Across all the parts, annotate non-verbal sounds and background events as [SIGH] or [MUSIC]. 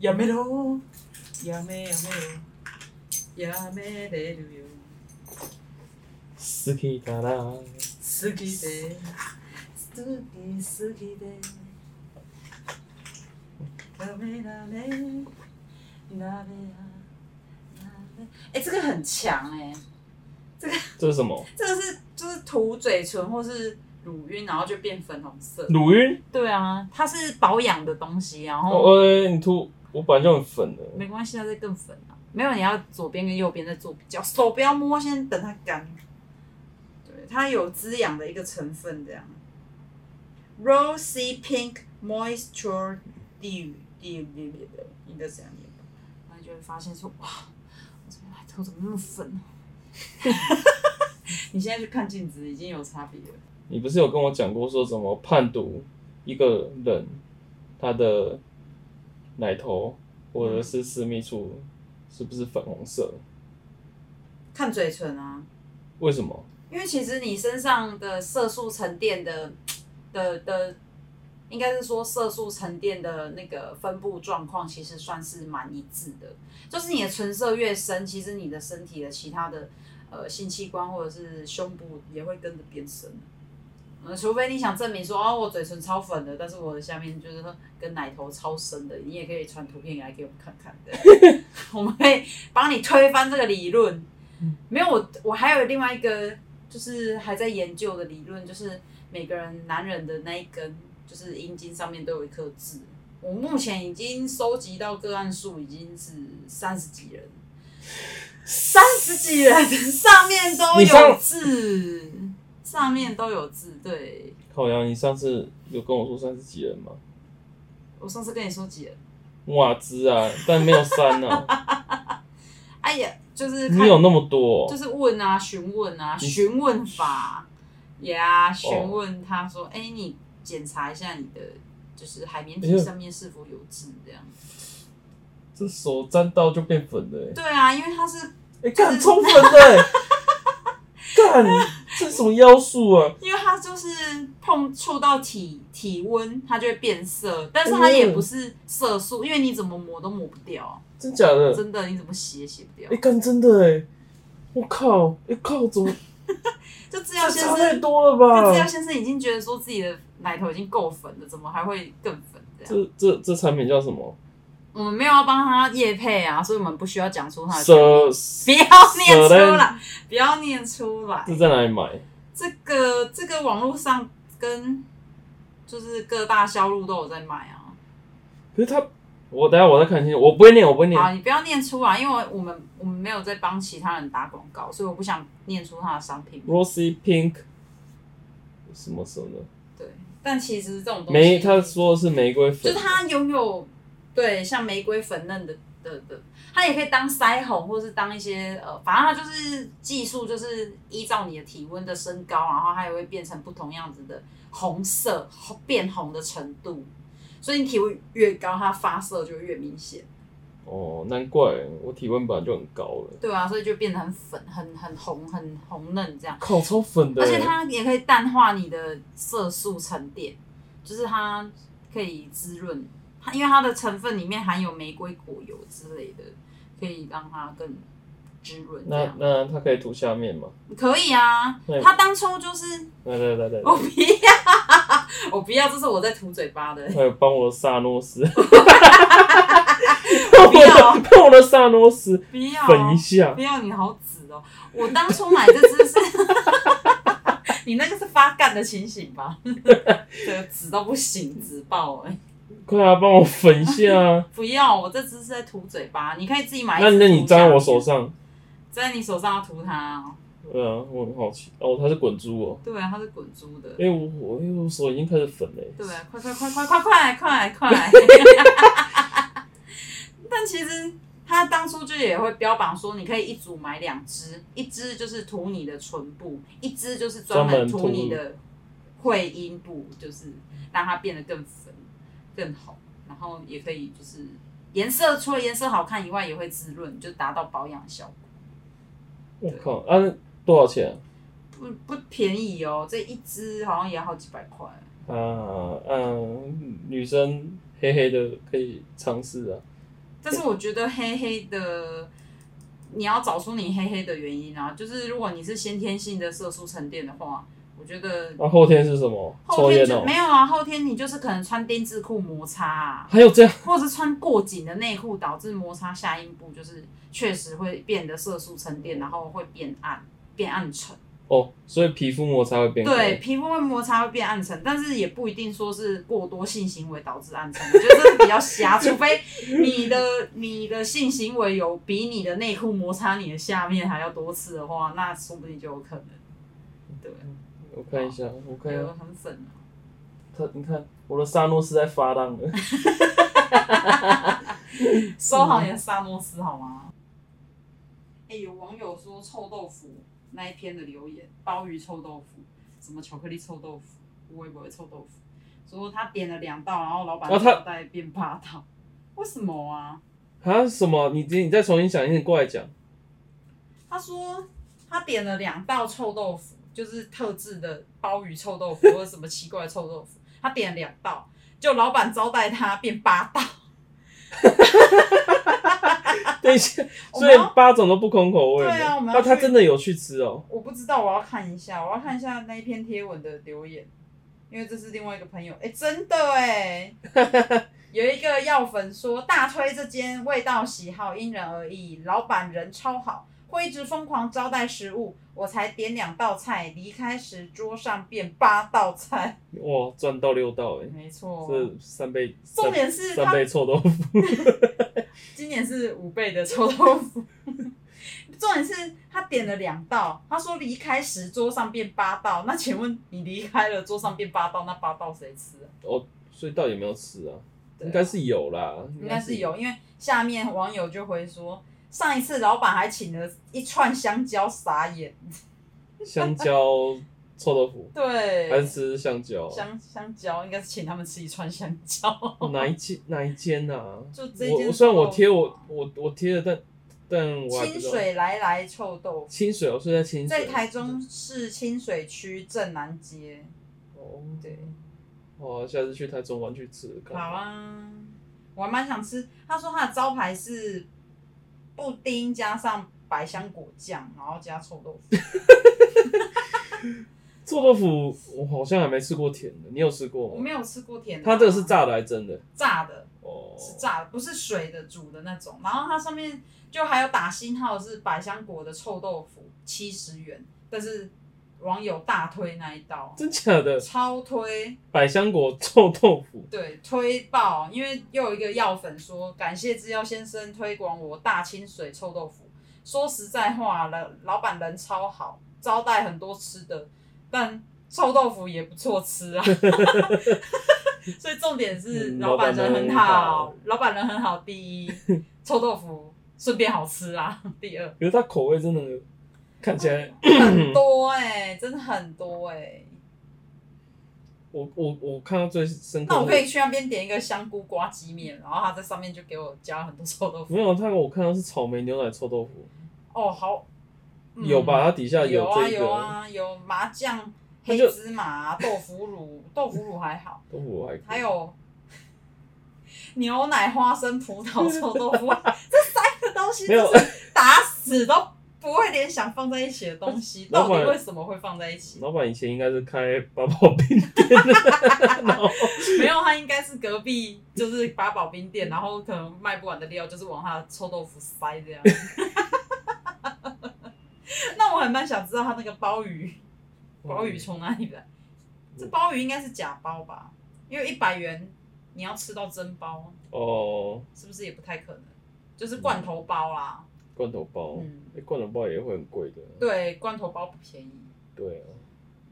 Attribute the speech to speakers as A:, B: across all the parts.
A: やめろやめやめろやめれるよ
B: 好きだな
A: 好きで好き好きでダメダメダメダメ哎、这个很强哎、
B: 这是什么？
A: 这个是就是涂嘴唇或是乳晕，然后就变粉红色。
B: 乳晕？
A: 对啊，它是保养的东西，然后、
B: 哦，哎、你涂，我本来就很粉的。
A: 没关系，它再更粉啊。没有，你要左边跟右边再做比较，手不要摸，先等它干。对，它有滋养的一个成分，这样。Rosy Pink Moisture Dew Dew Dew Dew，应该这样念吧。然后就会发现说，哇，我这边白头怎么那么粉、啊？ [LAUGHS] 你现在去看镜子，已经有差别了。
B: 你不是有跟我讲过说怎么判读一个人他的奶头或者是私密处是不是粉红色？
A: 看嘴唇啊，
B: 为什么？
A: 因为其实你身上的色素沉淀的的的，应该是说色素沉淀的那个分布状况，其实算是蛮一致的。就是你的唇色越深，其实你的身体的其他的呃性器官或者是胸部也会跟着变深。呃，除非你想证明说，哦，我嘴唇超粉的，但是我的下面就是说跟奶头超深的，你也可以传图片来给我们看看的，
B: [LAUGHS]
A: 我们可以帮你推翻这个理论。
B: 嗯
A: 没有，我我还有另外一个就是还在研究的理论，就是每个人男人的那一根就是阴茎上面都有一颗痣。我目前已经收集到个案数已经是三十几人，
B: [LAUGHS]
A: 三十几人上面都
B: 你
A: 有
B: 上
A: 痣，上面都有痣。对
B: 烤羊，你上次有跟我说三十几人吗？
A: 我上次跟你说几人？
B: 哇兹啊，但没有三
A: [LAUGHS]
B: 啊，
A: 哎呀，就是
B: 你
A: 看
B: 有那么多、
A: 就
B: 哦？
A: 是问啊，询问啊，
B: 你哦
A: 询问法呀，询、问他说，哎、你检查一下你的就是海绵
B: 哎
A: 体上面是否有痣这样。
B: 这手沾到就变粉了、欸，
A: 对啊，因为它是
B: [LAUGHS] 哎、干超粉的、 [LAUGHS] 欸，干这什么妖术啊？
A: 因为它就是碰触到体体温，它就会变色，但是它也不是色素，
B: 哦
A: 因为你怎么抹都抹不掉啊，
B: 真假的？
A: 真的你怎么洗也洗不掉
B: 哎、，干真的哎、我靠，哎、靠，
A: [LAUGHS]
B: 怎么
A: 就治疗
B: 这
A: 先
B: 差太
A: 生。
B: 多了
A: 就治疗
B: 吧？
A: 先生已经觉得说自己的奶头已经够粉了，怎么还会更粉这样？
B: 这这这产品叫什么？
A: 我们没有要帮他夜配啊，所以我们不需要讲出他的全名。
B: 蛇
A: [LAUGHS] 不要念出
B: 蛇
A: 来
B: 嘞，
A: 不要念出来。
B: 是在哪里买？
A: 这个这个网络上跟就是各大销路都有在卖啊。
B: 可是它，我等一下我再看清楚，我不会念，我不会念。
A: 好，你不要念出来，因为我们我们没有在帮其他人打广告，所以我不想念出他的商品。
B: Rosy Pink 什么什么的，
A: 对，但其实这种东西，
B: 玫，他说的是玫瑰
A: 就
B: 粉，
A: 是它拥有对像玫瑰粉嫩的的的，它也可以当腮红，或是当一些呃，反正它就是技术，就是依照你的体温的升高，然后它也会变成不同样子的红色，红变红的程度。所以你体温越高，它发色就越明显，
B: 哦，难怪我体温本来就很高了，
A: 对啊，所以就变得很粉、很很红、很红嫩这样。
B: 靠，超粉的
A: 而
B: 欸，
A: 且它也可以淡化你的色素沉淀，就是它可以滋润它，因为它的成分里面含有玫瑰果油之类的，可以让它更滋润。这
B: 那
A: 样
B: 那它可以涂下面吗？
A: 可以啊
B: 那，
A: 它当初就是
B: 来来来来，
A: 我不要， [LAUGHS] 我不要，这是我在涂嘴巴的。
B: 还有帮我的萨诺
A: [LAUGHS]
B: 斯，[LAUGHS]
A: 不要
B: 帮我的萨诺斯
A: 不要
B: 粉一下
A: 不，要，你好紫哦！我当初买这支是， [LAUGHS] 你那个是发干的情形吧？这个紫到不行，紫爆哎、
B: 快啊，帮我粉一下
A: [LAUGHS]
B: 啊！
A: 不要，我这只是在涂嘴巴，你可以自己买一
B: 那
A: 支涂下
B: 那
A: 面。
B: 你粘我手上，
A: 在你手上要涂它、哦。
B: 对啊，我很好奇，哦，它是滚珠哦，
A: 对啊，它是滚珠的。
B: 哎，我我哎我手已经开始粉嘞，
A: 对啊，快快快快快快快快！ [LAUGHS] 但其实它当初就也会标榜说，你可以一组买两支，一支就是涂你的唇部，一支就是专门
B: 专门涂
A: 涂你的会阴部，就是让它变得更粉、更红，然后也可以就是颜色，除了颜色好看以外，也会滋润，就达到保养的效果。
B: 我靠，啊，那多少钱啊？
A: 不不便宜哦，这一支好像也要好几百块。
B: 啊啊，嗯，女生黑黑的可以尝试啊，
A: 但是我觉得黑黑的，你要找出你黑黑的原因啊。就是如果你是先天性的色素沉淀的话，我觉得
B: 那、后天是什么？抽
A: 后
B: 烟
A: 天就
B: 哦、
A: 没有啊。后天你就是可能穿丁字裤摩擦、
B: [LAUGHS]
A: 啊，
B: 还有这样，
A: 或者是穿过紧的内裤，导致摩擦下阴部，就是确实会变得色素沉淀，然后会变暗、变暗沉。
B: 哦，所以皮肤摩擦会变黑
A: 对，，皮肤会摩擦会变暗沉，但是也不一定说是过多性行为导致暗沉， [LAUGHS] 我觉得这是比较瞎，除非你的你的性行为有比你的内裤摩擦你的下面还要多次的话，那说不定就有可能。对，
B: 我看一下，我看一
A: 有
B: 下，
A: 很粉啊。
B: 他你看我的沙诺是在发浪的， [LAUGHS]
A: 收好你的萨诺斯好吗？哎、有网友说臭豆腐那一篇的留言，鲍鱼臭豆腐，什么巧克力臭豆腐，不会不会臭豆腐，说他点了两道，然后老板
B: 啊他
A: 脑袋变八道，为什么啊？
B: 啊什么？你你再重新想一遍过来讲，
A: 他说他点了两道臭豆腐，就是特制的鲍鱼臭豆腐或者什么奇怪的臭豆腐，他点了两道，就老板招待他变八道，
B: [LAUGHS] 等一下，
A: 我
B: 所
A: 们
B: 以
A: 要
B: 八种都不空口味
A: 对啊我
B: 吗？
A: 们要
B: 那他
A: 去
B: 真的有去吃哦、
A: 我不知道，我要看一下，我要看一下那一篇贴文的留言，因为这是另外一个朋友。哎，真的哎，有一个药粉说大推这间味道喜好因人而异，老板人超好，会一直疯狂招待食物。我才点两道菜，离开时桌上变八道菜。 [LAUGHS]
B: 哇，赚到六道哎、
A: 没错，
B: 这三倍，
A: 哦重
B: 三
A: 点是
B: 三
A: 他
B: 倍臭豆腐，
A: 今年是五倍的臭豆腐。 [LAUGHS] 重点是他点了两道，他说离开时桌上变八道。那请问你离开了桌上变八道，那八道谁吃、啊？
B: 所以到底有没有吃啊？
A: 对啊
B: 应该是有啦，
A: 应该是。有，因为下面网友就回说，上一次老板还请了一串香蕉，傻眼。
B: 香蕉臭豆
A: [LAUGHS]
B: 腐，
A: 对，
B: 还是哦吃香蕉？啊
A: 香香蕉应该是请他们吃一串香
B: [LAUGHS]
A: 蕉。
B: 哪一间哪一间啊？
A: 就这
B: 我
A: 间
B: 我虽
A: 臭
B: 然我
A: 豆腐
B: 贴我我我贴了，但但我还不
A: 清
B: 知道。
A: 水来来臭豆腐，
B: 清水，我睡在清水。
A: 在台中市清水区正南街。
B: 哦，
A: 对。
B: 哦，下次去台中玩去吃吃看。
A: 好啊，我还蛮想吃。他说他的招牌是布丁加上百香果酱，然后加臭豆腐。
B: 臭豆腐我好像还没吃过甜的，你有吃过
A: 我
B: 吗？
A: 没有吃过甜的啊，
B: 哦它这个是炸的还是真的？
A: 炸的，
B: 哦，
A: 是炸的，不是水的煮的那种。然后它上面就还有打星号是百香果的臭豆腐，七十元，但是网友大推那一道，
B: 真假的？
A: 超推。
B: 百香果臭豆腐，
A: 对，推爆！因为又有一个药粉说，感谢制药先生推广我大清水臭豆腐。说实在话，老老板人超好，招待很多吃的，但臭豆腐也不错吃啊。 [LAUGHS] 所以重点是
B: 嗯
A: 老板人很
B: 老板人很
A: 好
B: 好，
A: 老板人很好。 [LAUGHS] 第一，臭豆腐顺便好吃啊。第二，哦
B: 可是它口味真的看起来，
A: 很多哎、真的很多哎、
B: 我我我看到最深刻
A: 那
B: 的。
A: 我可以去那边点一个香菇瓜鸡面，然后他在上面就给我加了很多臭豆腐。
B: 没有，它我看到是草莓牛奶臭豆腐，
A: 哦，好，嗯
B: 有吧？？它底下
A: 有啊
B: 这一
A: 有
B: 个
A: 啊有麻酱、
B: 那
A: 黑
B: 就
A: 芝麻、豆腐乳，豆腐乳还好，
B: 豆腐，还可以
A: 还有 [LAUGHS] 牛奶、花生、葡
B: [LAUGHS]
A: 萄、臭豆腐，啊这三个东西
B: 没有
A: 就？是打死都不会联想放在一起的东西，
B: [LAUGHS] 老
A: 到
B: 板
A: 底为什么会放在一起？
B: 老板以前应该是开八宝冰店的，然后
A: 没有，他应该是隔壁就是八宝冰店，然后可能卖不完的料就是往他的臭豆腐塞这样。 [LAUGHS] 那我还蛮想知道他那个鲍鱼， [LAUGHS] 鲍
B: 嗯
A: 鱼从哪里来？这鲍鱼应该是假包吧？因为一百元你要吃到真包，
B: 哦，
A: 是不是也不太可能？就是罐
B: 嗯
A: 头包啦，
B: 罐头包，
A: 嗯，
B: 诶罐头包也会很贵的。
A: 对，罐头包不便宜。
B: 对啊，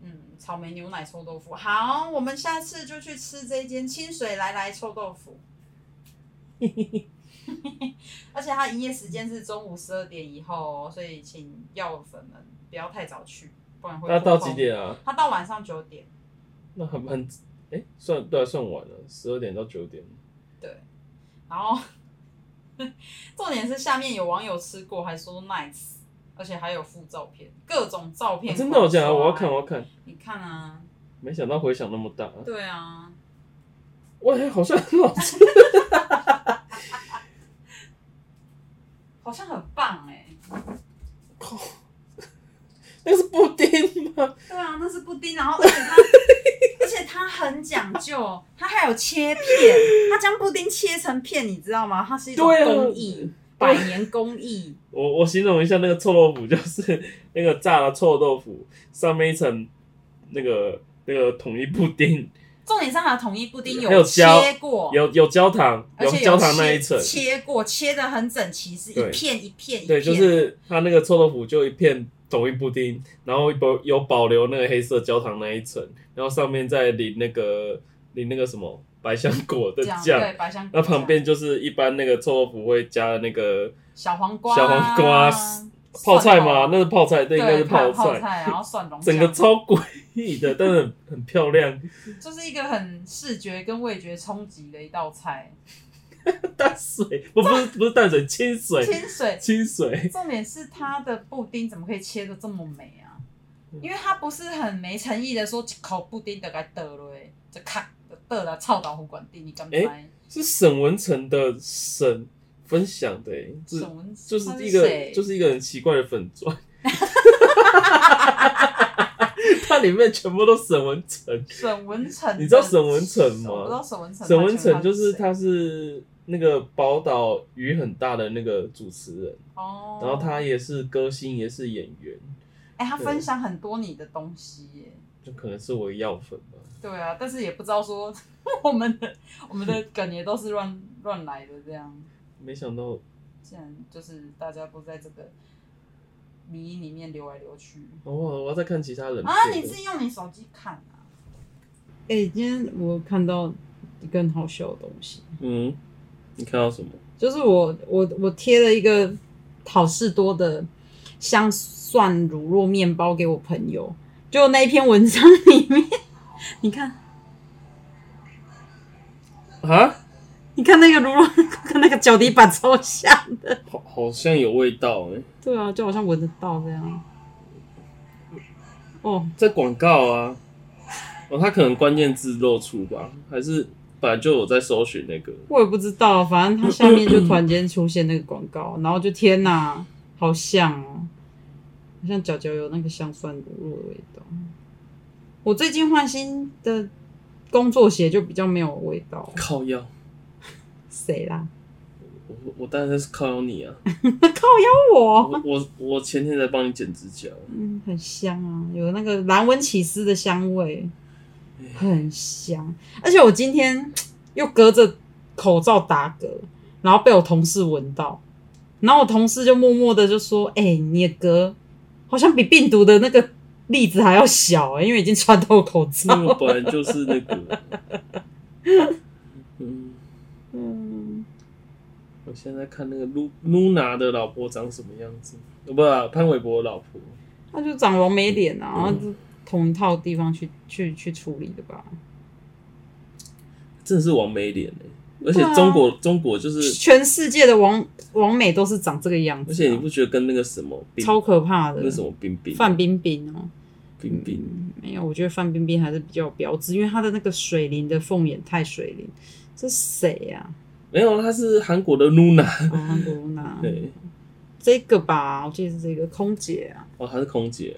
A: 嗯，草莓牛奶臭豆腐，好，我们下次就去吃这间清水来来臭豆腐。 [LAUGHS] 而且它营业时间是中午十二点以后哦，所以请药粉们不要太早去，不然会。
B: 那到几？点啊？
A: 它到晚上九点。
B: 那很很，哎、算对啊、算晚了，十二点到九点。
A: 对，然后 [LAUGHS] 重点是下面有网友吃过，还说 nice，而且还有附照片，各种照
B: 啊
A: 片、
B: 真的有这样啊？我要看，我。要看。
A: 你看啊，
B: 没想到回响那么大，
A: 对啊，
B: 哇，好像很好吃。
A: 好像很棒哎、
B: 靠，
A: [LAUGHS]
B: 那是布丁吗？
A: 对啊，那是布丁，
B: [LAUGHS]
A: 然后而且它，而且它很讲究，它还有切片，它将布丁切成片，你知道吗？它是一种
B: 对啊
A: 工
B: [LAUGHS]
A: 艺，百年工艺。
B: 我我形容一下那个臭豆腐，就是那个炸的臭豆腐，上面一层那个那个统一布丁，
A: 重点上它的统一布丁
B: 还有
A: 切
B: 胶
A: 过，
B: 有有焦糖，
A: 而且
B: 焦
A: 有
B: 糖那
A: 切
B: 一层，
A: 切过，切的很整齐，是
B: 对
A: 一片一片一片。
B: 对，就是它那个臭豆腐就一片统一布丁，然后有有保留那个黑色焦糖那一层，然后上面再淋那个淋那个什么百香果的
A: 这样，
B: 酱，
A: 对，百香果
B: 那
A: 酱。
B: 旁边就是一般那个臭豆腐会加的那个
A: 小黄瓜、
B: 小黄瓜泡菜嘛，
A: 蒜头
B: 那是泡菜，这应该
A: 对
B: 是
A: 泡
B: 泡菜，
A: 菜，啊然后蒜蓉
B: 整个
A: 酱
B: 超诡异的，但是很很漂亮。 [LAUGHS]
A: 就是一个很视觉跟味觉冲击的一道菜。
B: 淡水不不是不是淡水，清水
A: 清水
B: 清水，
A: 重点是它的布丁怎么可以切的这么美啊？
B: 嗯
A: 因为它不是很没诚意的说一口布丁就该倒落去，就咔就倒了臭豆腐管定，你敢知？
B: 诶是沈文成的沈分享的、欸，是
A: 沈文
B: 就是
A: 他
B: 一个
A: 谁
B: 就是一个很奇怪的粉砖。它里面全部都沈文成，
A: 沈文成的，
B: 你知道沈文成吗
A: 我不知道沈文成，
B: 沈文成就是
A: 他全
B: 他是那个宝岛鱼很大的那个主持人，
A: 谁哦。
B: 然后他也是歌星，也是演员，
A: 哎、他
B: 对
A: 分享很多你的东西耶。
B: 就可能是我的药粉吧。
A: 对啊，但是也不知道说 [LAUGHS] 我们的我们
B: [LAUGHS]
A: 的梗也都是乱乱来的这样。
B: 没想到
A: 既然就是大家都在这个迷里面流来流去
B: 哦，我要再看其他人
A: 啊，
B: 做
A: 你
B: 的
A: 自己用你手机看啊。哎、今天我看到一个很好笑的东西，
B: 嗯，你看到什么？
A: 就是我我我贴了一个好事多的香蒜乳酪面包给我朋友，就那一篇文章里面， [LAUGHS] 你看
B: 啊，
A: 你看那个乳酪跟那个脚底板超像的，
B: 好，好像有味道哎、
A: 对啊，就好像闻得到这样。哦，
B: 在广告啊，哦，他可能关键字露出吧，还是本来就有在搜寻那个，
A: 我也不知道，反正它下面就突然间出现那个广告，然后就天哪，好像哦，好像脚脚有那个香酸乳酪的味道。我最近换新的工作鞋就比较没有味道，
B: 靠药，
A: 谁啦？
B: 我我当然是靠腰你啊，
A: 靠咬我，
B: 我我我前天才帮你剪指甲，
A: 嗯，很香啊，有那个兰文起司的香味，很香。而且我今天又隔着口罩打嗝，然后被我同事闻到，然后我同事就默默的就说：“哎、你的嗝好像比病毒的那个粒子还要小、欸，因为已经穿透口罩。
B: [LAUGHS] 因为我本来就是那个，嗯，”
A: 嗯，
B: 我现在看那个露露娜的老婆长什么样子，哦不、啊，潘玮柏的老婆，
A: 他就长王眉脸啊，然后
B: 嗯
A: 就同一套地方去去去处理的吧。
B: 真的是王美脸哎、而且
A: 对啊
B: 中国、中国就是
A: 全世界的王王美都是长这个样
B: 而
A: 子
B: 且你
A: 啊、
B: 不觉得跟那个什么冰
A: 超可怕的。
B: 那什么冰冰
A: 范冰冰哦、
B: 冰冰，
A: 嗯没有，我觉得范冰冰还是比较有标志，因为她的那个水灵的凤眼太水灵。这谁啊呀、
B: [LAUGHS] 没有，她是韩国的露娜，
A: 哦，韩国娜，
B: 对，
A: 这个吧，我记得是这个空姐啊，
B: 哦，她是空姐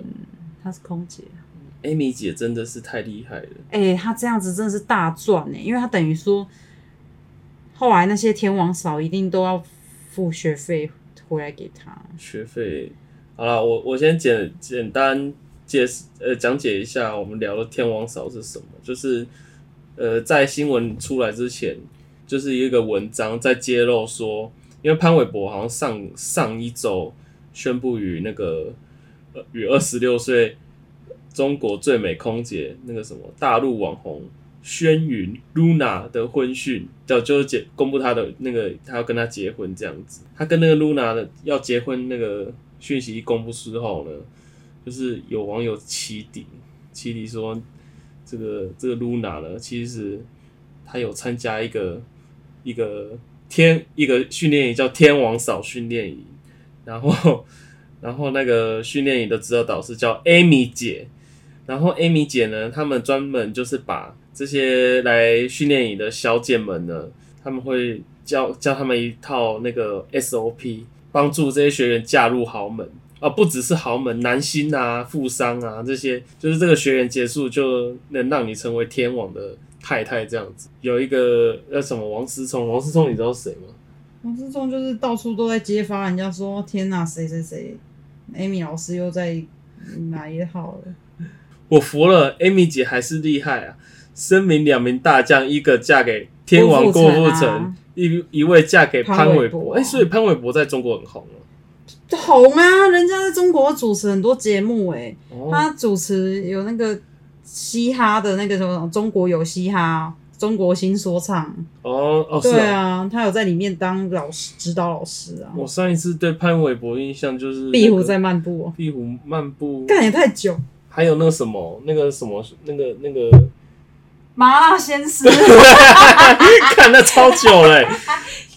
A: 她是空姐。啊
B: ，Amy 姐真的是太厉害了，
A: 哎、她这样子真的是大赚欸呢、因为她等于说，后来那些天王嫂一定都要付学费回来给她。
B: 学费。好了，我我先简简单解释呃讲解一下我们聊的天王嫂是什么，就是呃在新闻出来之前，就是有一个文章在揭露说，因为潘玮柏好像上上一周宣布与那个呃与二十六岁中国最美空姐那个什么大陆网红宣云 Luna 的婚讯，就就是结公布她的那个她要跟她结婚这样子。她跟那个 Luna 的要结婚那个讯息一公布之后呢，就是有网友起底起底说，这个这个 Luna 呢，其实她有参加一个一个天一个训练营叫天王嫂训练营，然后然后那个训练营的指导导师叫 Amy 姐，然后 Amy 姐呢，他们专门就是把这些来训练营的小姐们呢，他们会教教他们一套那个 SOP，帮助这些学员嫁入豪门啊，不只是豪门，南星啊、富商啊这些，就是这个学员结束就能让你成为天王的太太这样子。有一个叫什么王思聪，王思聪你知道谁吗？
C: 王思聪哦就是到处都在揭发人家说，天哪，谁谁谁，Amy 老师又在哪一号了？
B: 我服了，Amy 姐还是厉害啊！声明两名大将，一个嫁给天王
C: 郭
B: 郭
C: 富
B: 富
C: 城啊
B: 城，一一位嫁给潘
C: 潘
B: 玮
C: 玮
B: 柏。
C: 柏
B: 哎、所以潘玮柏在中国很红哦
C: 红啊！人家在中国主持很多节目哎、
B: 哦，
C: 他主持有那个嘻哈的那个什么，中国有嘻哈，中国新说唱，
B: 哦哦，是
C: 对
B: 啊。
C: 啊，他有在里面当老师，指导老师啊。
B: 我上一次对潘玮柏印象就是
C: 壁虎
B: 那个
C: 在漫步、哦，
B: 壁虎漫步，
C: 干也太久，
B: 还有那个什么那个什么那个那个，
A: 麻辣鲜
B: [LAUGHS]
A: 师
B: 看那超久嘞、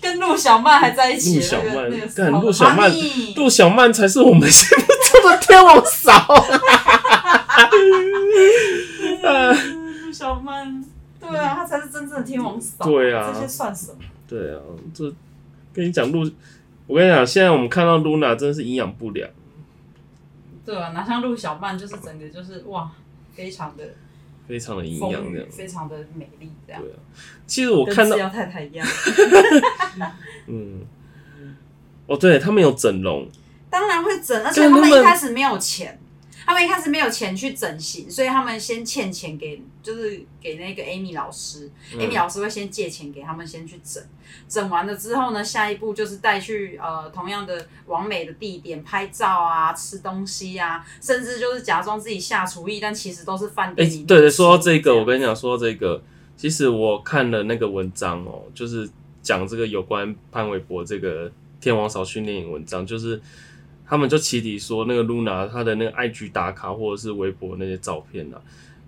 A: 跟陆小曼还在一起，
B: 陆小曼
A: 那个那个时
B: 干
A: 候
B: 陆小曼
A: 妈咪
B: 陆小曼才是我们心目中 [LAUGHS] 的天王嫂。啊
A: 陆小曼，对啊，她才是真正的天王嫂。
B: 对啊
A: 这些算什么？
B: 对啊，这跟你讲露，我跟你讲，现在我们看到露娜真的是营养不良，
A: 对啊，哪像陆小曼，就是整个就是哇，非常的
B: 非常的营
A: 丰
B: 养这
A: 腴，
B: 样。
A: 非常的美丽，这样
B: 对其实我
A: 跟
B: 看到
A: 四，幺太太一样。
B: 嗯，哦，对他们有整容，
A: [LAUGHS] 当然会整，而且
B: 对
A: 他们
B: 那么
A: 一开始没有钱，他们一开始没有钱去整形，所以他们先欠钱给，就是给那个 Amy 老师、
B: 嗯
A: a m y 老师会先借钱给他们先去整，整完了之后呢，下一步就是带去呃同样的完美的地点拍照啊，吃东西啊，甚至就是假装自己下厨艺，但其实都是饭
B: 哎、
A: 店里面
B: 对
A: 的
B: 对，
A: 食物
B: 说到这个，我
A: 样
B: 跟你讲，说到这个，其实我看了那个文章哦，就是讲这个有关潘玮柏这个天王嫂训练营文章，就是他们就起底说那个露娜她的那个 IG 打卡或者是微博那些照片啊，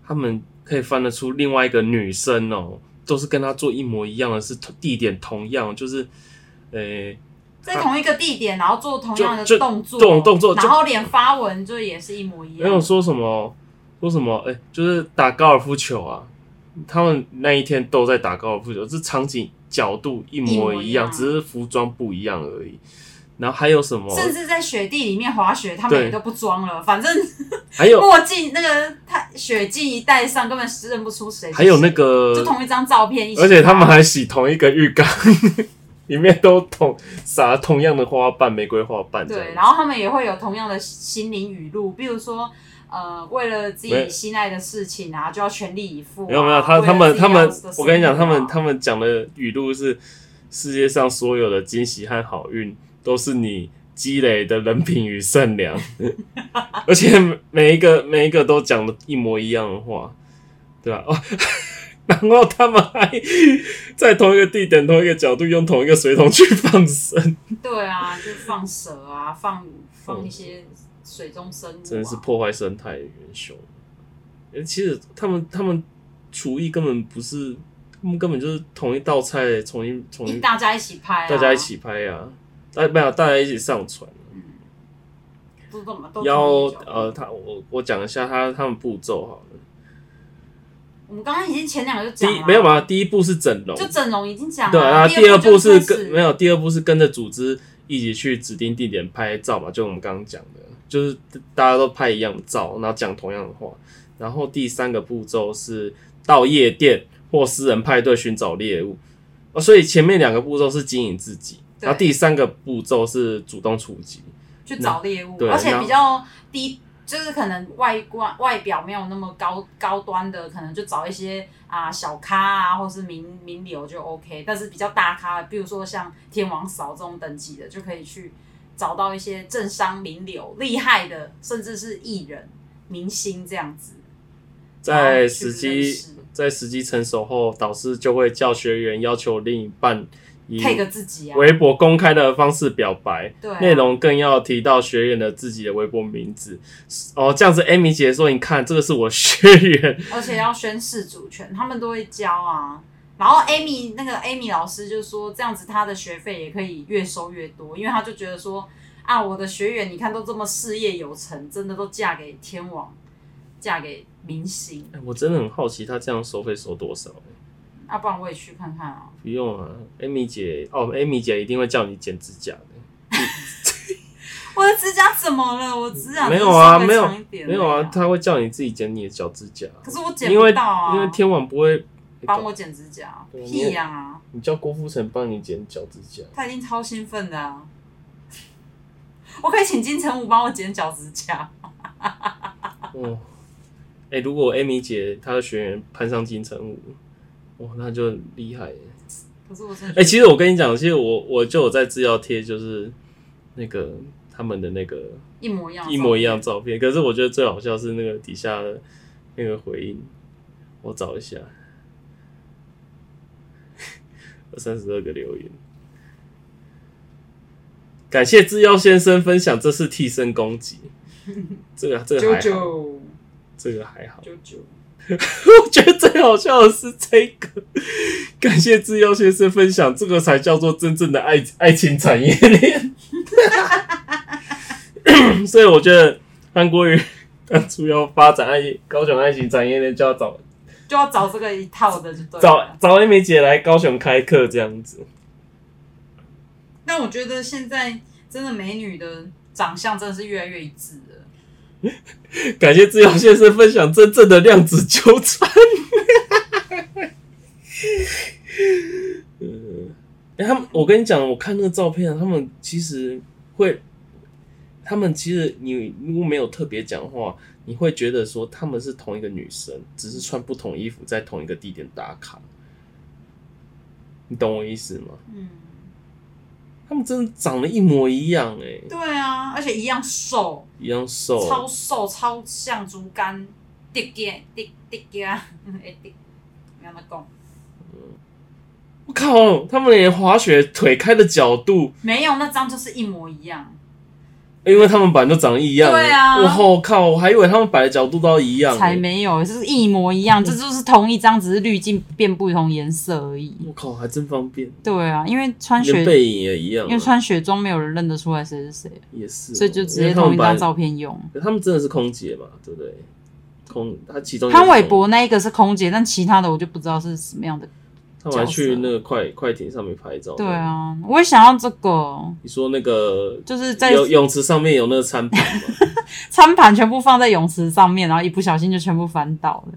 B: 他们可以翻得出另外一个女生哦，都是跟她做一模一样的，是同地点同样，就是呃。
A: 在同一个地点，然后做同样的
B: 就就
A: 动作，
B: 这种动作就
A: 然后连发文就也是一模一
B: 没
A: 样
B: 有。说什么，说什么，哎、就是打高尔夫球啊，他们那一天都在打高尔夫球，这场景角度一模
A: 一模
B: 一
A: 一
B: 样，
A: 样
B: 只是服装不一样而已。然后还有什么？
A: 甚至在雪地里面滑雪，他们
B: 对
A: 也都不装了，反正
B: 还有
A: 墨镜那个太雪镜一戴上，根本是认不出谁是谁。
B: 还有那个
A: 就，同一张照片一起，
B: 而且他们还洗同一个浴缸， [LAUGHS] 里面都同撒同样的花瓣，玫瑰花瓣这样
A: 对，
B: 子。
A: 然后他们也会有同样的心灵语录，比如说。呃，为了自己
B: 没
A: 心爱的事情啊，就要全力以赴啊、
B: 没有没有，他
A: 为了
B: 他们
A: 自己
B: 他们
A: 要的，
B: 我跟你讲，他
A: 生活啊
B: 们他们讲的语录是世界上所有的惊喜和好运都是你积累的人品与善
A: [LAUGHS]
B: 良，而且每一个每一个都讲的一模一样的话，对吧、哦， [LAUGHS] 然后他们还在同一个地点、同一个角度用同一个水桶去放生，
A: 对啊，就放蛇啊，放放一些水中生物、啊，
B: 真的是破坏生态的元凶。啊诶其实他们他们厨艺根本不是，他们根本就是同一道菜重新重
A: 一
B: 新
A: 大家一起拍、啊，
B: 大家一起拍啊，大没有大家一起上传。
A: 都怎么都
B: 要
A: 同一个角度
B: 呃，他我我讲一下他他们步骤好了。
A: 我们刚刚已经前两个就
B: 第
A: 讲
B: 一
A: 了啊，
B: 没有嘛，第一步是整容，
A: 就整容已经讲了，
B: 对啊，第
A: 第
B: 二步
A: 就是开始
B: 跟没有，第二步是跟着组织一起去指定地点拍照嘛，就我们刚刚讲的，就是大家都拍一样的照，然后讲同样的话。然后第三个步骤是到夜店或私人派对寻找猎物。哦，所以前面两个步骤是经营自己，
A: 对
B: 然后第三个步骤是主动出击。
A: 去找猎物，
B: 对
A: 而且
B: 然后
A: 比较低，就是可能外观外表没有那么高高端的，可能就找一些啊、小咖啊，或是名名流就 OK。但是比较大咖，比如说像天王嫂这种等级的，就可以去找到一些政商名流厉害的，甚至是艺人、明星这样子。
B: 在
A: 然后去
B: 时
A: 认
B: 机
A: 识
B: 在时机成熟后，导师就会叫学员要求另一半以
A: take 自己啊，
B: 微博公开的方式表白，
A: 对啊
B: 内容更要提到学员的自己的微博名字。哦，这样子，Amy 姐说：“你看，这个是我学员。 [LAUGHS]
A: 而且要宣誓主权，他们都会教啊。然后 Amy 那个 Amy 老师就说，这样子他的学费也可以越收越多，因为他就觉得说啊，我的学员你看都这么事业有成，真的都嫁给天王，嫁给明星，
B: 哎我真的很好奇，他这样收费收多少？
A: 要、不然我也去看看啊。
B: 不用啊，Amy 姐哦，Amy 姐一定会叫你剪指甲的。
A: 我的指甲怎么了？我指甲
B: 没有啊，
A: 就是稍微
B: 没有
A: 长一点而已
B: 没有啊，他会叫你自己剪你的脚趾甲，
A: 可是我剪
B: 因为
A: 不到啊，
B: 因为天网不会
A: 帮我剪指甲，
B: 对你
A: 屁呀、啊！
B: 你叫郭富城帮你剪脚趾甲，
A: 他已经超兴奋的、啊，我可以请金城武帮我剪脚趾甲，
B: 哦，哎、如果 Amy 姐她的学员攀上金城武，哇，那就厉害耶！
A: 可是我真的
B: 哎、其实我跟你讲，其实我我就有在资料贴，就是那个他们的那个
A: 一模一样，
B: 一模一样的。照片，可是我觉得最好笑是那个底下的那个回应，我找一下，三十二个留言。感谢制药先生分享这次替身攻击，这个这个
C: 九
B: 还好，
C: 九
B: 这个还好。
C: 九九，
B: [LAUGHS] 我觉得最好笑的是这个，感谢制药先生分享，这个才叫做真正的爱爱情产业链。 [LAUGHS] 所以我觉得韩国瑜当初要发展爱情高雄爱情产业链，就要找
A: 就要找这个一套的就对了。
B: 找找艾美姐来高雄开课这样子。
A: 但我觉得现在真的美女的长相真的是越来越一致了。
B: 感谢制药先生分享真正的量子纠缠。 [LAUGHS] 嗯，哎、他们，我跟你讲，我看那个照片啊，他们其实会，他们其实你如果没有特别讲话，你会觉得说他们是同一个女生，只是穿不同衣服，在同一个地点打卡。你懂我意思吗？
A: 嗯，
B: 他们真的长得一模一样、欸，哎，
A: 对啊，而且一样瘦，
B: 一样瘦，
A: 超瘦，超像竹竿，滴滴滴滴滴啊， [LAUGHS] 哎滴，你跟他讲，
B: 我靠，他们连滑雪腿开的角度。
A: 没有那张就是一模一样。
B: 因为他们本来就长得一样。
A: 对啊
B: 我后靠，我还以为他们摆的角度都一样。
A: 才。没有，就是一模一样，这就是同一张，只是滤镜变不同颜色而已。
B: 我靠，还真方便。
A: 对啊，因为穿
B: 连
A: 雪，
B: 背影也一样啊。
A: 因为穿雪中没有人认得出来谁是谁，
B: 也是哦，
A: 所以就直接
B: 因为他
A: 同
B: 们
A: 一
B: 本来
A: 张照。片用。
B: 可他们真的是空姐嘛？对不对？空，他其中一个
A: 潘玮
B: 空
A: 柏，那一个是空姐，但其他的我就不知道是什么样的。
B: 他们还
A: 角
B: 去
A: 色
B: 那个快快艇上面拍照。
A: 对。啊，我也想要这个，
B: 你说那个
A: 就是在
B: 游泳池上面有那个餐盘嘛？
A: 餐盘全部放在泳池上面，然后一不小心就全部翻倒了。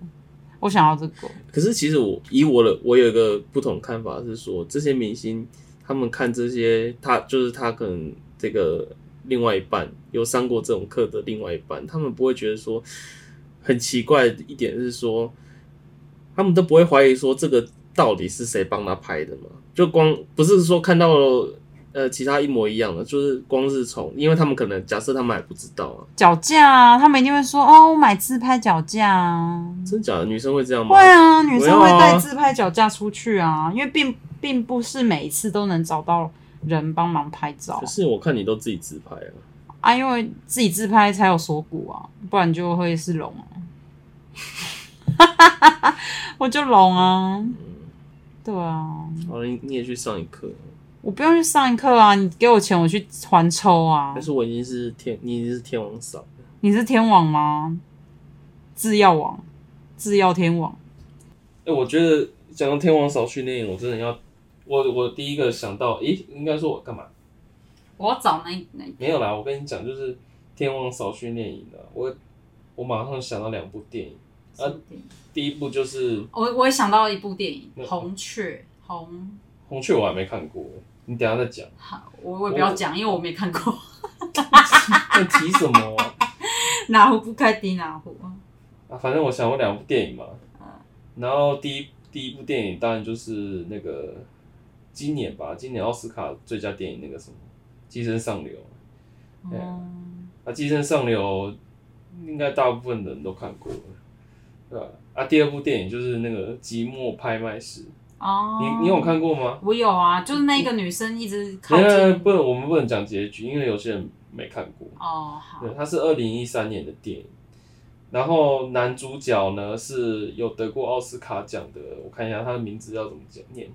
A: 我想要这个，
B: 可是其实我以我的我有一个不同看法是说，这些明星他们看这些，他就是他可能这个另外一半有上过这种课的另外一半，他们不会觉得说很奇怪的一点是说，他们都不会怀疑说这个到底是谁帮他拍的嘛？就光不是说看到了呃其他一模一样的，就是光是从，因为他们可能假设他们还不知道啊，
A: 脚架啊，他们一定会说哦，我买自拍脚架啊。
B: 真假的女生会这样吗？
A: 会啊，女生
B: 我
A: 会
B: 要啊
A: 带自拍脚架出去啊，因为并并不是每一次都能找到人帮忙拍照
B: 可是我看你都自己自拍啊。
A: 啊，因为自己自拍才有锁骨啊，不然就会是龙啊。 [LAUGHS] 我就聋啊，
B: 嗯
A: 对啊，
B: 好了，你你也去上一课，
A: 我不用去上课啊，你给我钱我去还抽啊
B: 但。是我已经是天，你已经是天王嫂了。
A: 你是天网吗？制药网，制药天网。
B: 哎、我觉得讲到天王嫂训练营，我真的要，我我第一个想到，诶、应该说我干嘛？
A: 我要找那那
B: 没有啦，我跟你讲，就是天王嫂训练营啊，我我马上想到两部电影，啊第一部就是《
A: 我我也想到一部电影
B: 那
A: 《红雀》，红
B: 红雀》，我还没看过，你等一下再讲。 [LAUGHS]
A: 好，我我也不要讲，因为我没看过 [LAUGHS]
B: 那提什么啊？
A: 哪壶不开提哪壶。
B: 啊，反正我想过两部电影嘛。然后第一第一部电影当然就是那个今年吧，今年奥斯卡最佳电影那个什么《寄生上流》对啊
A: 嗯，
B: 啊，《寄生上流》应该大部分人都看过了，对吧？啊，第二部电影就是那个《寂寞拍卖师》，
A: 哦，
B: 你你有？看过吗？
A: 我有啊，就是那个女生一直靠
B: 因为
A: 近。
B: 呃不能，我们不能讲结局，因为有些人没看过。
A: 哦，好
B: 对，，它是二零一三年的电影，然后男主角呢是有得过奥斯卡奖的，我看一下他的名字要怎么讲念，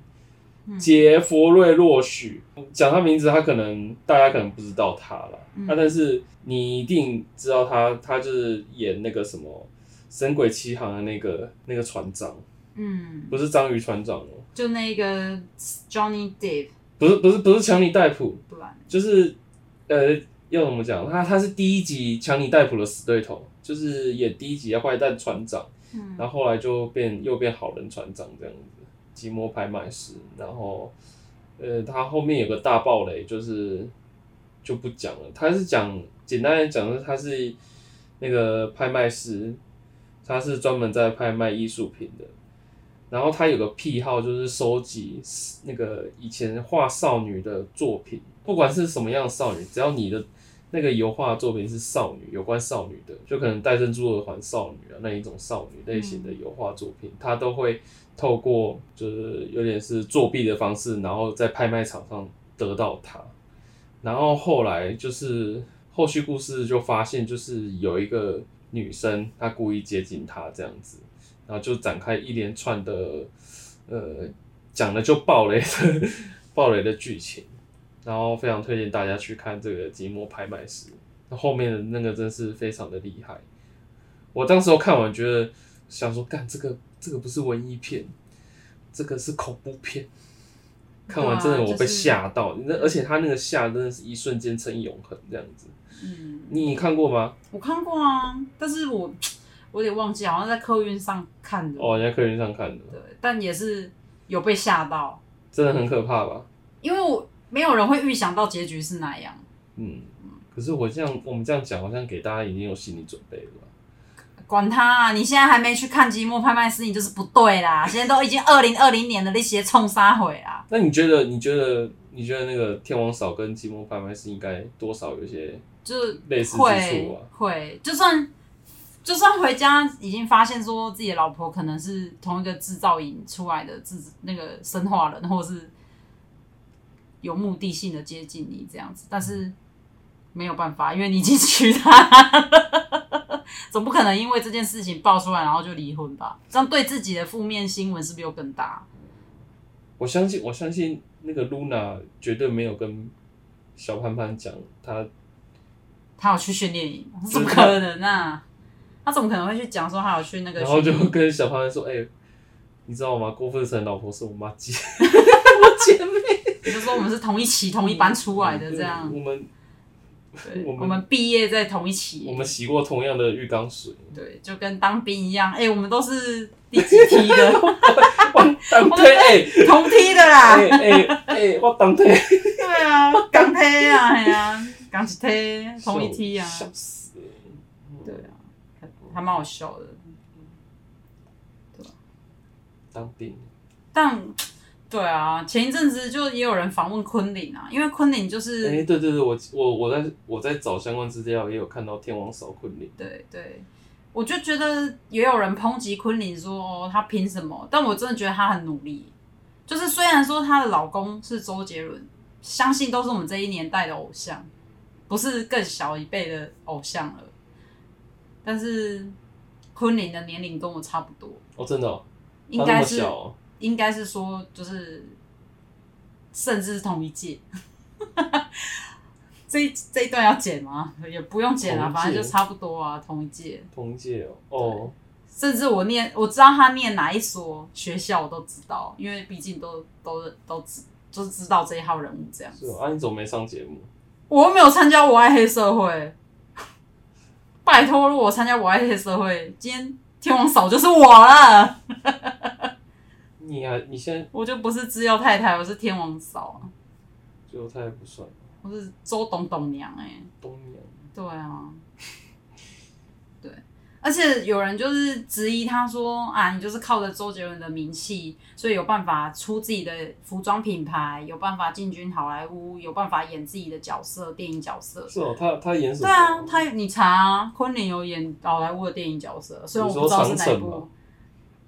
A: 嗯
B: 杰佛瑞洛许。讲他名字，他可能大家可能不知道他啦，
A: 嗯
B: 啊，但是你一定知道他，他就是演那个什么《神鬼奇航》的那个那个船长，
A: 嗯，
B: 不是章鱼船长哦，
A: 就那个 Johnny Depp，
B: 不是不是不是强尼戴普，
A: 不然
B: 就是呃要怎么讲？他他是第一集强尼戴普的死对头，就是演第一集的坏蛋船长，
A: 嗯，
B: 然后后来就变又变好人船长这样子，寂寞拍卖师。然后，呃，他后面有个大爆雷，就是就不讲了。他是讲简单来讲，他是那个拍卖师，他是专门在拍卖艺术品的。然后他有个癖好，就是收集那个以前画少女的作品，不管是什么样的少女，只要你的那个油画作品是少女，有关少女的，就可能戴珍珠耳环少女啊那一种少女类型的油画作品，他都会透过就是有点是作弊的方式，然后在拍卖场上得到它。然后后来就是后续故事就发现，就是有一个女生她故意接近他这样子，然后就展开一连串的呃讲了就爆雷的 [LAUGHS] 爆雷的剧情，然后非常推荐大家去看这个《寂寞拍卖师》，那后面的那个真是非常的厉害。我当时候看完觉得想说，干这个这个不是文艺片，这个是恐怖片。看完真的
A: 对啊
B: 我被
A: 就是
B: 吓到，那、而且他那个吓真的是一瞬间成永恒这样子。
A: 嗯，
B: 你看过吗？
A: 我看过啊，但是我我有点忘记，好像在客运上看的，
B: 哦，你在客运上看的，
A: 对，但也是有被吓到，
B: 真的很可怕吧？
A: 因为我没有人会预想到结局是哪样，
B: 嗯，可是我这样，我们这样讲，好像给大家已经有心理准备了吧？
A: 管他啊、你现在还没去看《寂寞拍卖师》，你就是不对啦，现在都已经二零二零年了，那些冲杀啊毁啦。
B: 那你觉得？你觉得？你觉得那个天王嫂跟寂寞拍卖师应该多少有些？
A: 就是
B: 类似之处
A: 会
B: 啊
A: 会，就算就算回家已经发现说自己的老婆可能是同一个制造营出来的制那个生化人，或者是有目的性的接近你这样子，但是没有办法，因为你已经娶她了，总不可能因为这件事情爆出来然后就离婚吧？这样对自己的负面新闻是不是又更大？
B: 我相信，我相信那个露娜绝对没有跟小潘潘讲她
A: 他有去训练营，怎么
B: 是他
A: 可能啊？他怎么可能会去讲说他有去那个
B: 然
A: 训
B: 后
A: 练营？
B: 就跟小
A: [LAUGHS]
B: 胖说：“哎、你知道吗？郭富城老婆是我妈姐，我姐妹
A: 你就说我们是同一期、同一班出来的这样
B: 对，我们
A: 对
B: 嗯我
A: 我
B: 们
A: 们毕业在同一
B: 我
A: 期，
B: 们洗过同样的浴
A: [LAUGHS]
B: 缸水，
A: 对，就跟当兵一样，哎、我们都是第几梯的，
B: 我当推哎
A: 同梯的啦，
B: 哎哎哎，我当推
A: 对啊，港梯啊，哎呀、港一梯，同一梯啊，
B: 笑死了。
A: 对啊，还还蛮好笑的。
B: 当兵
A: 但对啊，前一阵子就也有人访问昆凌啊，因为昆凌就是、
B: 哎、对对对，我我我在我在找相关资料，也有看到天王嫂昆凌，
A: 对对，我就觉得也有人抨击昆凌说、哦、她凭什么，但我真的觉得她很努力。就是虽然说她的老公是周杰伦，相信都是我们这一年代的偶像，不是更小一辈的偶像了，但是昆凌的年龄跟我差不多，
B: 哦，真的、哦，
A: 应该
B: 她
A: 是
B: 那么小、哦，
A: 应该是说就是，甚至是同一届。 [LAUGHS] 这一这一段要剪吗？也不用剪了，
B: 同一届
A: 反正就差不多啊，同一届。
B: 同届哦，哦，
A: 甚至我念，我知道他念哪一所学校，我都知道，因为毕竟都都都知，就是知道这一号人物这样
B: 是
A: 子。
B: 哦，啊，你怎么没上节目？
A: 我又没有参加《我爱黑社会》， [LAUGHS] 拜托，如果我参加《我爱黑社会》，今天天王嫂就是我了，
B: 你还、你现在
A: 我就不是知药太太，我是天王嫂，
B: 就太不算了，
A: 我是周董董娘哎、
B: 东阳
A: 对啊， [LAUGHS] 对，而且有人就是质疑他说啊，你就是靠着周杰伦的名气，所以有办法出自己的服装品牌，有办法进军好莱坞，有办法演自己的角色，电影角色。
B: 是哦，他他演什么？
A: 对啊，他你查、啊，昆凌有演好莱坞的电影角色，虽然我不知道是哪一
B: 你说长城吗
A: 部。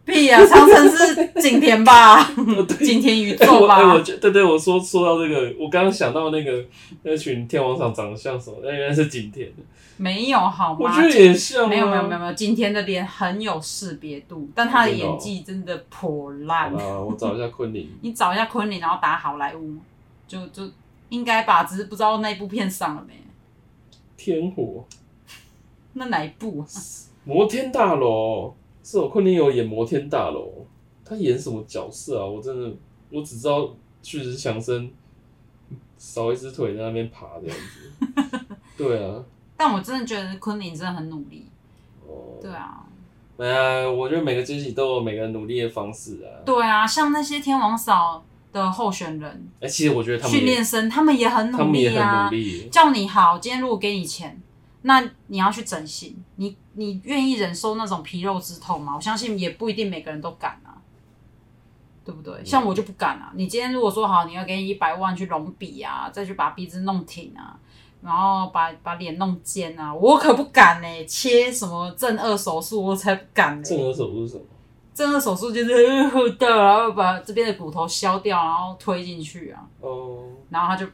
A: 屁呀、啊，长城是景甜
B: [LAUGHS]
A: 吧？ [LAUGHS] 景甜宇
B: 哎、
A: 宙
B: 我哎、
A: 吧
B: [LAUGHS] 我？觉对对，我说说到这个，我刚刚想到那个那群天王厂长得像什么，那原来是景甜的，
A: 没有好吗？
B: 我觉得也像、啊。
A: 没有没有没有没有，今天的脸很有识别度，但他的演技真的破烂
B: 哦好。啦，我找一下昆凌。
A: 你找一下昆凌，然后打好莱坞，就就应该吧，只是不知道那部片上了没？
B: [LAUGHS] 天火
A: 那哪一部啊？
B: 摩天大楼是哦，昆凌有演摩天大楼，他演什么角色啊？我真的我只
A: [LAUGHS]
B: 知道巨石强森少一只腿在那边爬这样子，对啊，
A: 但我真的觉得昆凌真的很努力，
B: 哦，
A: 对啊，
B: 哎呀，我觉得每个阶级都有每个人努力的方式啊。
A: 对啊，像那些天王嫂的候选人、
B: 哎、其实我觉得他们
A: 训
B: 也
A: 练生，他们也很
B: 他
A: 努
B: 们也
A: 力
B: 很
A: 啊
B: 努。力，
A: 叫你好，今天如果给你钱，那你要去整形，你你愿意忍受那种皮肉之痛吗？我相信也不一定每个人都敢啊，对不对？像我就不敢啊。你今天如果说好，你要给你一百万去隆鼻啊，再去把鼻子弄挺啊，然后把把脸弄尖啊，我可不敢呢、切什么正颚手术我才不敢呢、
B: 正额手术是什么？
A: 正颚手术就是的，然后把这边的骨头削掉，然后推进去啊，
B: 哦，
A: 然后他就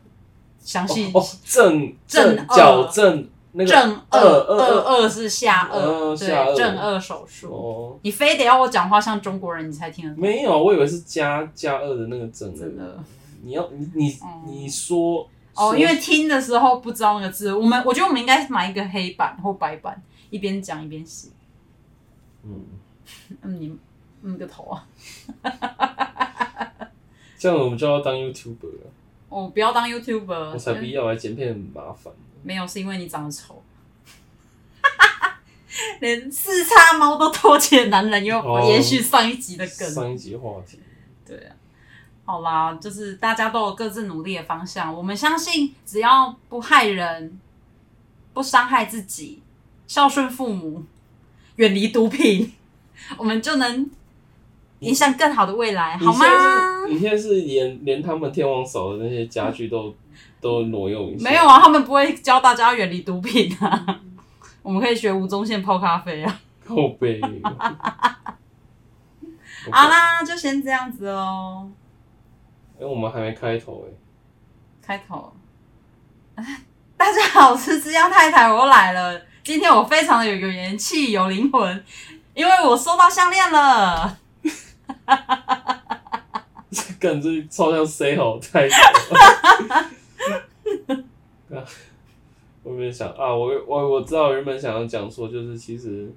A: 详细
B: 哦，正
A: 正
B: 正
A: 颚
B: 矫正那个
A: 正二
B: 二
A: 二二是下颚，
B: 呃下颚
A: 对，正二手术。
B: 哦，
A: 你非得要我讲话像中国人，你才听得懂，
B: 没有，啊我以为是加加二的那个正
A: 真的。
B: 你要你你
A: 哦
B: 你说
A: 哦，
B: 说
A: 因为听的时候不知道那个字，我们我觉得我们应该买一个黑板或白板，一边讲一边写。
B: 嗯，
A: 嗯，你嗯个头啊！
B: 这样我们就要当 YouTuber 了，
A: 哦我不要当 YouTuber，
B: 我才不要来剪片很麻烦。
A: 没有，是因为你长得丑。 [LAUGHS] 连四叉猫都偷窃男人，又
B: 哦
A: 延续上一集的梗。
B: 上一集话题，
A: 对啊，好啦，就是大家都有各自努力的方向。我们相信，只要不害人，不伤害自己，孝顺父母， [LAUGHS] 远离毒品， [LAUGHS] 我们就能迎向更好的未来，好
B: 你现在
A: 吗
B: 是？你现在是连连他们天王嫂的那些家具都
A: [LAUGHS]
B: 都挪用一下，
A: 没有啊，他们不会教大家远离毒品啊。 [LAUGHS] 我们可以学吴宗宪泡咖啡啊。
B: 靠
A: [LAUGHS]
B: 背。
A: 好啦，就先这样子哦。
B: 哎、我们还没开头哎、
A: 开头。 [LAUGHS] 大家好，我是枝桠太太，我又来了。今天我非常的有有元气，有灵魂，因为我收到项链了。
B: 干这超像 C 好太久了。 [LAUGHS] 啊我原本想啊，我我我知道，原本想要讲说，就是其实，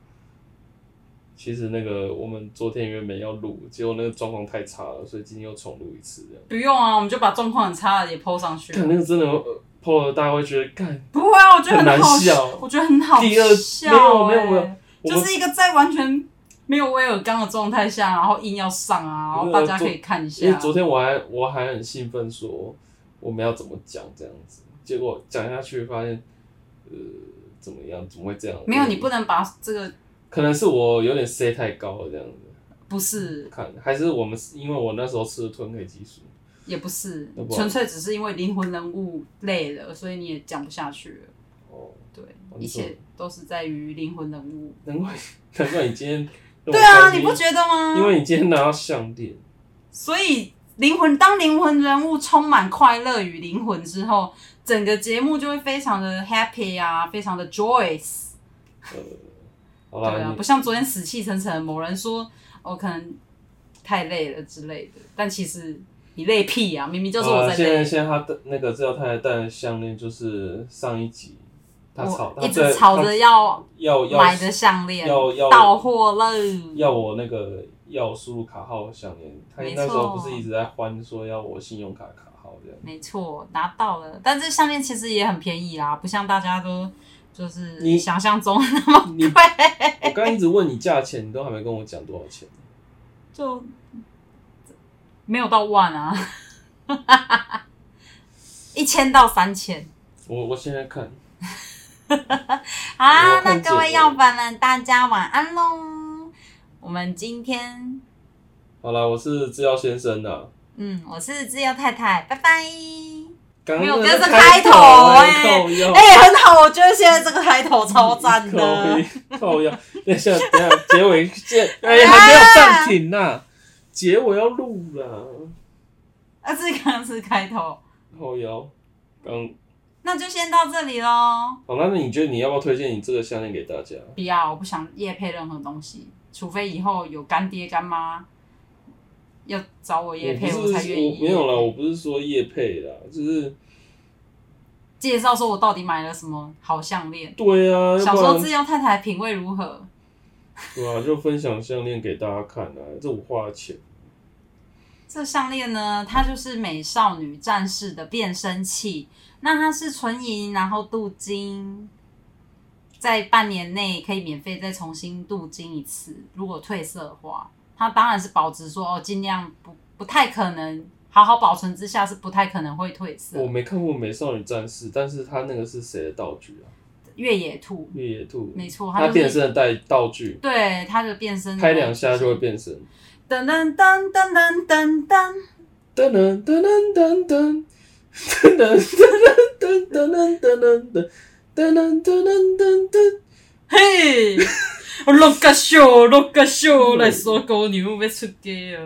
B: 其实那个我们昨天原本要录，结果那个状况太差了，所以今天又重录一次这样。
A: 不用啊，我们就把状况很差的也 PO 上去。
B: 看那个真的呃破了，大家会觉得干
A: 不会啊，我觉得
B: 很
A: 好
B: 难笑
A: 我觉得很好
B: 第二
A: 笑、
B: 没有没有没有
A: 欸
B: 我
A: 就
B: 们
A: 是一个在完全没有威尔刚的状态下，然后硬要上啊，然后大家可以看一
B: 因为
A: 下。
B: 昨天我还我还很兴奋说我们要怎么讲这样子，结果讲下去发现，呃，怎么样？怎么会这样？
A: 没有，你不能把这个
B: 可能是我有点 C 太高了这样子，
A: 不是，
B: 看还是我们是因为我那时候吃了褪黑激素，
A: 也不是
B: 那，不然
A: 纯粹只是因为灵魂人物累了，所以你也讲不下去了。
B: 哦，
A: 对，
B: 没
A: 一
B: 错
A: 切都是在于灵魂人物。
B: 难怪难怪你今天那么
A: 对啊，
B: 开
A: 你
B: 心
A: 不觉得吗？
B: 因为你今天拿到项链，
A: 所以灵魂当灵魂人物充满快乐与灵魂之后，整个节目就会非常的 happy 啊，非常的 joyous。
B: 呃，好
A: 对啊
B: 啦，，
A: 不像昨天死气沉沉，某人说哦可能太累了之类的，但其实你累屁啊，明明
B: 你
A: 就是我
B: 啊
A: 在
B: 现在
A: 累。
B: 现在他的那个治疗太太戴的项链就是上一集他吵，
A: 我
B: 他
A: 一
B: 在
A: 直吵着要
B: 他要要
A: 买的项链
B: 要要
A: 到货了，
B: 要我那个要我输入卡号项链，他
A: 没
B: 那时候
A: 错
B: 不是一直在欢说要我信用卡卡号这样。
A: 没错，拿到了，但这项链其实也很便宜啊啦，不像大家都就是
B: 你
A: 想象中那么
B: [LAUGHS] 你
A: 贵，
B: 我刚一直问你价钱，你都还没跟我讲多少钱。
A: 就没有到万啊， [LAUGHS] 一千到三千
B: 我我现在看，
A: 啊。
B: 我看
A: 那
B: 见
A: 各位
B: 了
A: 药粉们，大家晚安喽。我们今天，
B: 好啦，我是制药先生啊呐。
A: 嗯，我是制药太太，拜拜。
B: 刚
A: 没有
B: 刚
A: 这是
B: 开
A: 开头
B: 哎、
A: 欸
B: 靠腰，
A: 哎、很好，我觉得现在这个开头超赞
B: [LAUGHS]
A: 的。
B: 哎靠靠腰。等一下，等一下，结尾结哎、还没有暂停呐、结尾要录啦。
A: 啊，这刚刚是开头，
B: 靠腰，刚
A: 那就先到这里喽。
B: 好，那你觉得你要不要推荐你这个项链给大家？
A: 不要，我不想夜配任何东西，除非以后有干爹干妈要找我夜
B: 我不
A: 配，
B: 是
A: 我才愿
B: 我
A: 意。
B: 没有啦，我不是说叶配啦，就是
A: 介绍说我到底买了什么好项链。
B: 对啊，要
A: 小时
B: 不
A: 候
B: 然
A: 自由太太品味如何？
B: 对啊，就分享项链给大家看啊，这我花的钱。
A: 这项链呢，它就是美少女战士的变声器。那它是纯银，然后镀金，在半年内可以免费再重新镀金一次。如果褪色的话，它当然是保值说哦，尽量不不太可能好好保存之下是不太可能会褪色
B: 我。没看过《美少女战士》，但是他那个是谁的道具啊？
A: 越野兔，
B: 越野兔，
A: 没错，它
B: 它
A: 就是嗯
B: 变身的带道具，
A: 对它的变身
B: 拍两下就会变身。
A: 噔噔噔噔噔噔噔。
B: 噔噔噔噔噔噔噔噔噔噔噔噔噔噔噔噔噔噔噔。
A: 嘿，我落个秀，落个
B: 嗯
A: 秀来说狗牛要出街啊，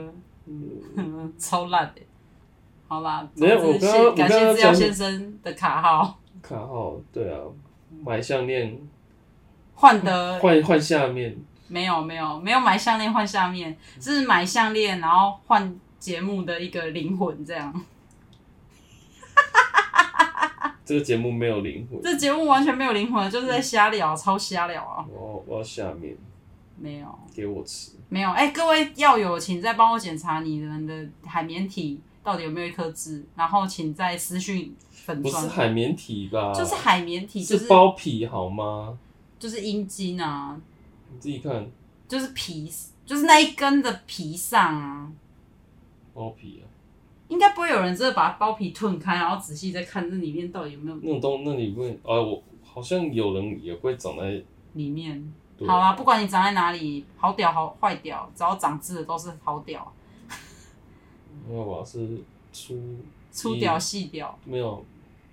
A: 哼 [LAUGHS] 超烂的。好啦，
B: 嗯没有
A: 总之
B: 我刚刚
A: 谢感谢
B: 我刚刚
A: 资料
B: 讲
A: 先生的卡
B: [LAUGHS]
A: 号，
B: 卡号对啊，买项链
A: 换得
B: 换换下面，
A: 没有没有没有买项链换下面，是买项链然后换节目的一个灵魂这样。
B: 这个节目没有灵魂。
A: 这节目完全没有灵魂，就是在瞎聊，超瞎聊啊！
B: 我要哦我要下面
A: 没有
B: 给我吃，
A: 没有，哎、各位药友，请再帮我检查你们的海绵体到底有没有一颗痣，然后请再私讯粉
B: 不是
A: 砖。
B: 海绵体吧？
A: 就是海绵体，就是
B: 是包皮好吗？
A: 就是阴茎啊，
B: 你自己看
A: 就是皮，就是那一根的皮上啊，
B: 包皮啊，
A: 应该不会有人真的把包皮吞开，然后仔细再看这里面到底有没有
B: 那种东那你问啊，我好像有人也会长在。
A: 里面。
B: 对
A: 好啊啦，不管你长在哪里，好屌好坏屌，只要长痣的都是好屌，
B: 没有吧？是粗
A: 粗屌细屌，
B: 没有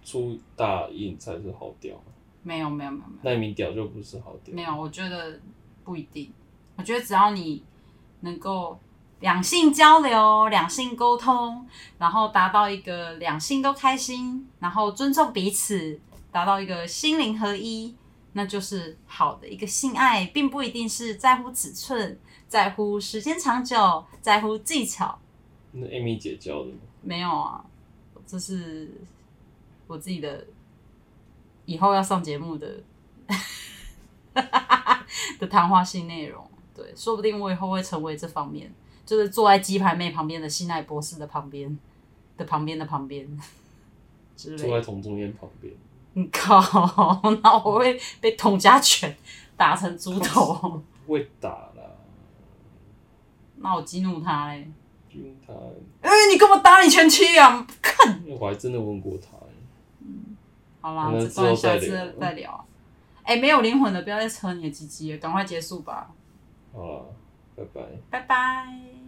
B: 粗大印才是好屌，
A: 没有没有没有没
B: 那米屌就不是好屌。
A: 有没有，我觉得不一定，我觉得只要你能够。两性交流、两性沟通，然后达到一个两性都开心，然后尊重彼此，达到一个心灵合一，那就是好的一个性爱，并不一定是在乎尺寸，在乎时间长久，在乎技巧。
B: 那 Amy 姐教的吗？
A: 没有啊，这是我自己的以后要上节目的 [LAUGHS] 的谈话性内容。对，说不定我以后会成为这方面，就是坐在鸡排妹旁边的信爱博士的旁边的旁边的旁边 [LAUGHS] 之类
B: 坐
A: 的。
B: 在同中间旁边，
A: 你靠，那我会被统家犬打成猪
B: [LAUGHS]
A: 头，
B: 会打啦，
A: 那我激怒他嘞！
B: 就是
A: [LAUGHS]
B: 他，
A: 哎、你干嘛打你前妻啊？看，
B: 因为我还真的问过他、欸
A: 好啦，
B: 那
A: 这
B: 之后
A: 段下
B: 再聊
A: 次再聊啊。哎、没有灵魂的，不要再扯你的鸡鸡了，赶快结束吧，
B: 好啦，拜拜。
A: 拜拜。